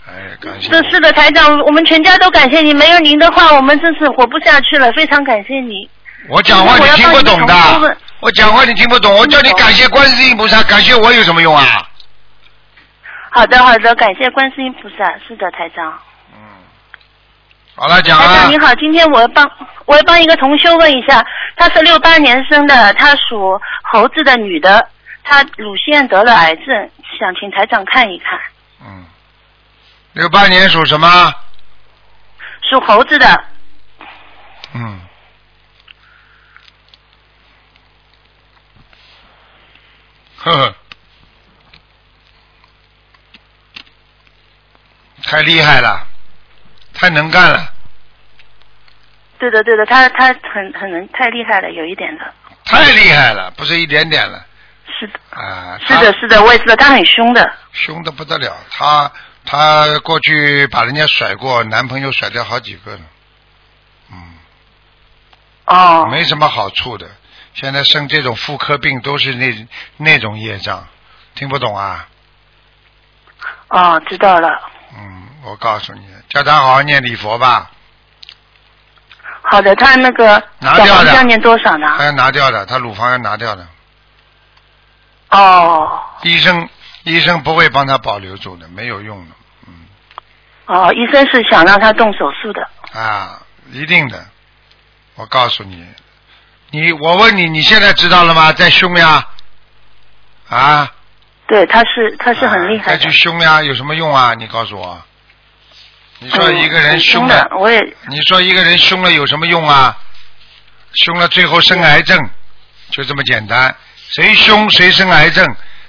S1: 哎，感谢
S8: 是是的，台长，我们全家都感谢您。没有您的话，我们真是活不下去了，非常感谢您。
S1: 我讲话你听不懂
S8: 我要帮你重
S1: 的
S8: 复问，
S1: 我讲话你听不懂，我叫你感谢观世音菩萨，感谢我有什么用啊？
S8: 好的，好的，感谢观世音菩萨。是的，台长。
S1: 嗯好了，讲
S8: 台
S1: 啊
S8: 长你，好，今天我帮我要帮一个同修问一下，她是六八年生的，她属猴子的女的，她乳腺得了癌症，想请台长看一看。
S1: 嗯，六八年属什么？
S8: 属猴子的，
S1: 嗯。呵呵，太厉害了，太能干了，
S8: 对的对的，她她很很能太厉害了，有一点的。
S1: 太厉害了，不是一点点了
S8: 是的，
S1: 啊！
S8: 是的，
S1: 他
S8: 是的，我也知道，她很凶的。
S1: 凶的不得了，他他过去把人家甩过，男朋友甩掉好几个了，嗯，
S8: 哦，
S1: 没什么好处的。现在生这种妇科病都是那那种业障，听不懂啊？
S8: 哦，知道了。
S1: 嗯，我告诉你，叫他好好念礼佛吧，
S8: 好的，她那个
S1: 拿
S8: 小
S1: 掉
S8: 房
S1: 的哎
S8: 子要念多少
S1: 他
S8: 呢？
S1: 要拿掉的，他乳房要拿掉的，
S8: 哦
S1: 医生医生不会帮他保留住的，没有用的，嗯，
S8: 哦，医生是想让她动手术的。
S1: 啊，一定的，我告诉你，你我问你，你现在知道了吗？在凶呀，啊，
S8: 对，她是她是很厉害
S1: 啊再
S8: 的
S1: 去，凶呀，有什么用啊？你告诉我，你说
S8: 嗯
S1: 一个人
S8: 很
S1: 凶
S8: 凶
S1: 了，
S8: 的，我也
S1: 你说一个人凶了有什么用啊？凶了最后生癌症，就这么简单。谁凶谁生癌症，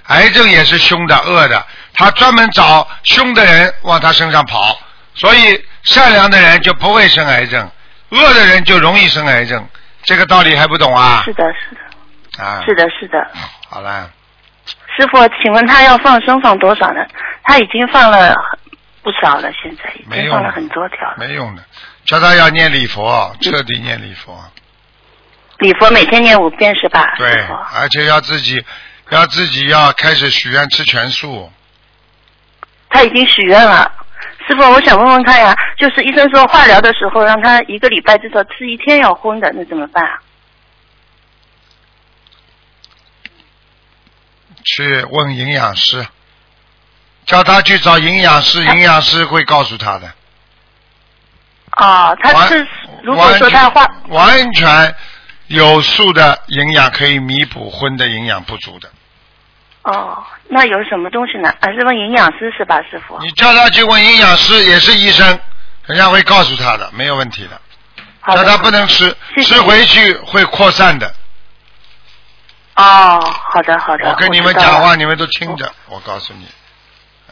S1: 癌症也是凶的恶的，他专门找凶的人往他身上跑，所以善良的人就不会生癌症，恶的人就容易生癌症。这个道理还不懂啊
S8: 是？的，是的，
S1: 啊，
S8: 是。的，是的。
S1: 好了，
S8: 师傅，请问他要放生放多少呢？他已经放了不少了，现在已
S1: 没
S8: 经
S1: 用
S8: 放了很多条了。
S1: 没用的，叫他要念礼佛，彻底念礼佛。
S8: 礼佛每天念五遍嗯啊是吧？
S1: 对
S8: 师傅，
S1: 而且要自己，要自己要开始许愿吃全素。
S8: 他已经许愿了。师傅，我想问问看呀、就是医生说化疗的时候让他一个礼拜至少吃一天要荤的，那怎么办啊？
S1: 去问营养师，叫他去找营养师，营养师会告诉他的。
S8: 哦，他
S1: 完
S8: 是如果说他化，
S1: 完全完全有素的营养可以弥补荤的营养不足的。
S8: 哦，那有什么东西呢？啊还是问营养师是吧，师傅？
S1: 你叫他去问营养师，也是医生，人家会告诉他的，没有问题的。
S8: 好
S1: 叫
S8: 的。
S1: 他不能吃，
S8: 谢谢
S1: 吃回去会扩散的。
S8: 哦，好的好的。
S1: 我跟你们
S8: 知道了
S1: 讲话，你们都听着，我告诉你，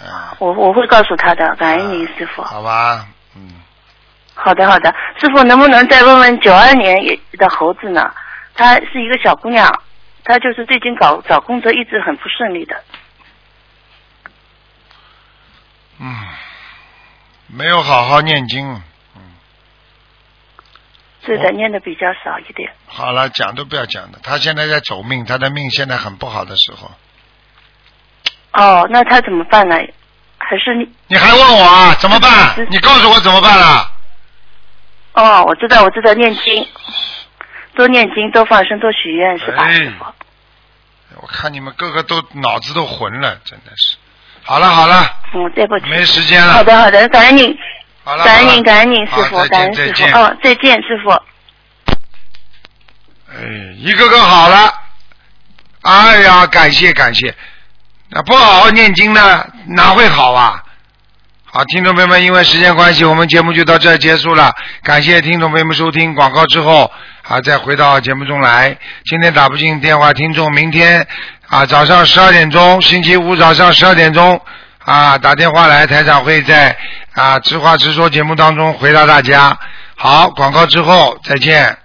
S1: 啊，
S8: 我我会告诉他的，感恩您师傅。
S1: 好吧，嗯，
S8: 好的，好的，师傅能不能再问问九二年也的猴子呢？她是一个小姑娘，她就是最近搞找工作一直很不顺利的。
S1: 嗯，没有好好念经。
S8: 是
S1: 哦
S8: 的，念的比较少一点。
S1: 好了，讲都不要讲了。他现在在走命，他的命现在很不好的时候。
S8: 哦，那她怎么办呢？还是你
S1: 你还问我啊？怎么办
S8: 嗯？
S1: 你告诉我怎么办啊了？
S8: 哦，我知道，我知道，念经，多念经，多放生，多许愿，是吧？
S1: 哎
S8: 师傅
S1: 我看你们个个都脑子都混了，真的是。好了好了，
S8: 嗯，对不起。
S1: 没时间
S8: 好
S1: 了。
S8: 的，好的，感恩您，
S1: 好了，
S8: 感恩
S1: 好了
S8: 您，感恩您，师
S1: 好
S8: 傅
S1: 再，见
S8: 感恩
S1: 再
S8: 师
S1: 见
S8: 傅。哦，再见，师傅。
S1: 哎，一个个好了。哎呀，感谢感谢。那不好好念经呢，哪会好啊？好，听众朋友们，因为时间关系，我们节目就到这儿结束了。感谢听众朋友们收听广告之后啊，再回到节目中来。今天打不进电话，听众明天啊早上十二点钟，星期五早上十二点钟啊打电话来，台长会在啊，直话直说节目当中回答大家。好，广告之后再见。